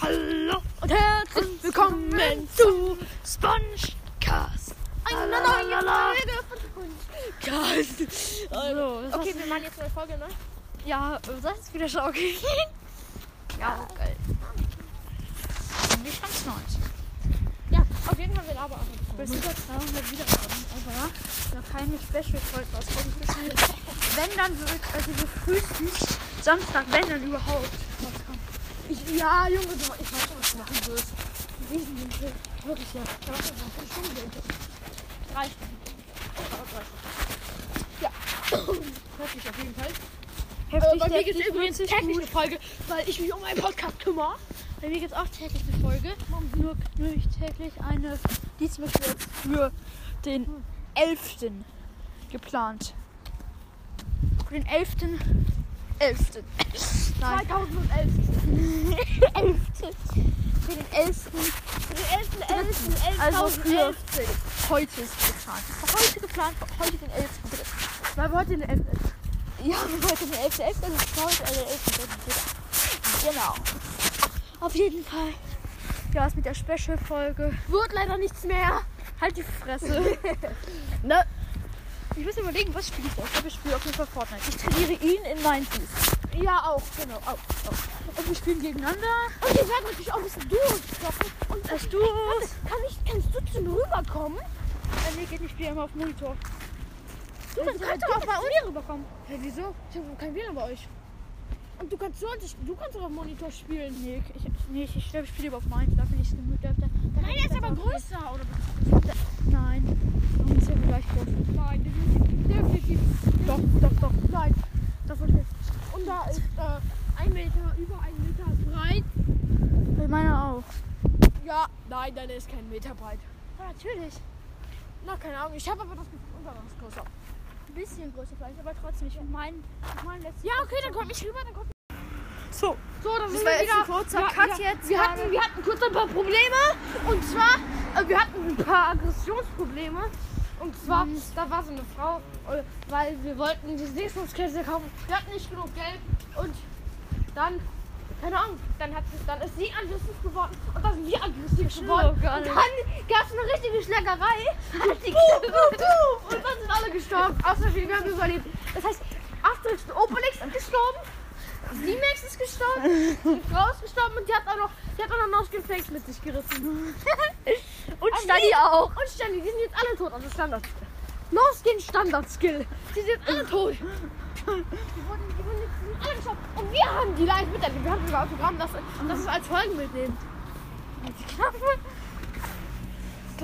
Hallo und herzlich willkommen zu Spongecast. Eine neue Lalalala. Folge von uns. Cast. Also, was Okay, hast wir machen jetzt eine Folge, ne? du- ja, das ist wieder schlau. ja, geil. Wie ganz neues. Ja, auf jeden Fall will aber auch Bis über 200 Wiedergaben, aber noch keine Special-Folge rauskommen. Wenn dann wird, also so frühestens Samstag, wenn dann überhaupt. ich, Ja, Junge, du, ich weiß schon, was du machen wirst. Diesen Winkel. Wirklich, ja. Ich weiß schon, was du schon willst. Drei Stunden. Aber drei Stunden. Ja. Hoffe ich auf jeden Fall. Äh, bei mir heftig, gibt es übrigens heftig, täglich gut. eine Folge, weil ich mich um meinen Podcast kümmere. Bei mir gibt es auch täglich eine Folge. Nur, nur nicht täglich eine. Diesmal ist jetzt für den 11. geplant. Für den 11. 11. Nein, 2011. für den 11. Für den 11. 11. 11. Also für heute ist geplant. Für heute geplant, für heute den 11. Weil wir heute den 11. Ja, wir wollten den 11. 11. Also für heute der 11. Genau. Auf jeden Fall. Ja, ist mit der Special-Folge. Wird leider nichts mehr. Halt die Fresse. ne? Ich muss überlegen, was spiele ich da? Ich glaube, ich spiele auf jeden Fall Fortnite. Ich trainiere ihn in meinen Fuß. Ja, auch, genau. Auch. Und wir spielen gegeneinander. Und ihr seid natürlich auch ein bisschen durchgestochen. Und Das du. Äh, kann ich, kannst du zu mir rüberkommen? nee, geht nicht. Ich spiele immer auf dem Monitor. Du Also, kannst, Du kannst doch auch bei mir rüberkommen. Hä, wieso? Ich habe kein WLAN bei euch. Und du kannst so du kannst auch auf Monitor spielen. Nee, ich, nee, ich, ich glaube, ich spiele lieber auf meinen. Da finde ich es gemütlich. Da, da Nein, der ist aber größer, oder? Nein. Und ist ja gleich groß. Nein, definitiv. definitiv. Doch, doch, doch. Nein. Davon nicht. Und da ist äh, ein Meter, über ein Meter breit. Bei meiner auch. Ja, nein, deine ist kein Meter breit. Ja, natürlich. Na, keine Ahnung. Ich habe aber das Gefühl, unserer ist größer. Ein bisschen größer vielleicht, aber trotzdem. Ich mein, mein letztes. Ja, okay, dann komm ich rüber, dann komm So. So, dann Das sind war wir jetzt wieder. ein kurzer Cut jetzt Wir gerade. hatten, wir hatten kurz ein paar Probleme. Und zwar, äh, wir hatten ein paar Aggressionsprobleme. Und zwar, da war so eine Frau, äh, weil wir wollten die Sesungskiste kaufen. Wir hatten nicht genug Geld. Und dann, keine Ahnung, dann, hat, sie- dann ist sie aggressiv geworden. Und dann sind wir aggressiv geworden. gar Und nicht. dann gab es eine richtige Schlägerei. Hat die boom, boom, boom. Und dann sind alle gestorben. Außer wir haben überlebt. Das heißt, Asterix und Obelix sind gestorben. Simex ist gestorben, die Frau ist gestorben und die hat auch noch, die hat auch noch Noskin Flakes mit sich gerissen. Und Also Stadi die- auch. Und Stanley, die sind jetzt alle tot, also Standard. Noskin Standard Skill. Die sind jetzt alle tot. Die wurden, die wurden jetzt die sind alle gestorben. Und wir haben die live miterlebt. Wir haben sogar Autogramm, dass, dass es als Folgen mitnehmen. Die Knaffe.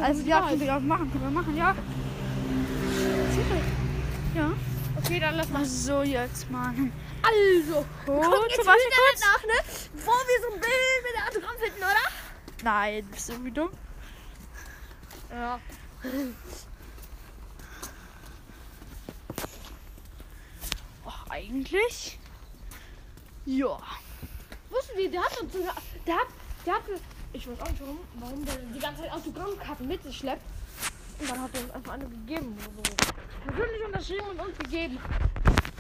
Also ja, können wir drauf machen, können wir machen, ja. Ja. Okay, dann lass mal. So jetzt mal. Also, Gut, gucken jetzt zum im Beispiel Internet nach, ne? Wo wir so ein Bild mit der Autogramm finden, oder? Nein, bist du irgendwie dumm? Ja. Ach, eigentlich. Ja. Wussten die, der hat uns sogar. Der hat. Der hat. Ich weiß auch nicht warum, warum der die ganze Zeit Autogrammkarten mit sich schleppt. Und dann hat er uns einfach eine gegeben. oder So. Persönlich unterschrieben und uns gegeben.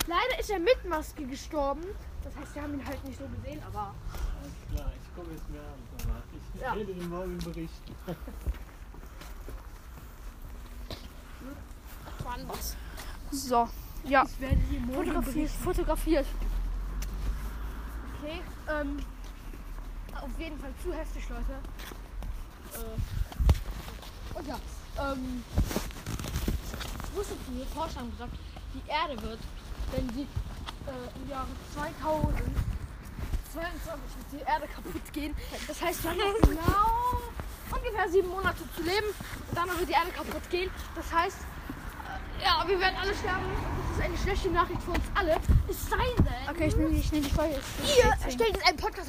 Leider ist er mit Maske gestorben. Das heißt, wir haben ihn halt nicht so gesehen, aber. Alles klar, ich komme jetzt mehr abends nochmal. Ich Ja. werde den morgen berichten. Was? So. Ja. Ich werde hier morgen Fotografiert. berichten. Fotografiert. Okay, ähm. Auf jeden Fall zu heftig, Leute. Äh. Und ja, ähm. Wusstet ihr, Forscher haben gesagt, die Erde wird, wenn die äh, im Jahre 2022 wird die Erde kaputt gehen. Das heißt, wir haben noch genau ungefähr sieben Monate zu leben und dann wird die Erde kaputt gehen. Das heißt, äh, ja, wir werden alle sterben. Und das ist eine schlechte Nachricht für uns alle. Es sei denn, Okay, ich nehme ich nehm die Folge. jetzt. ihr stellt jetzt einen Podcast auf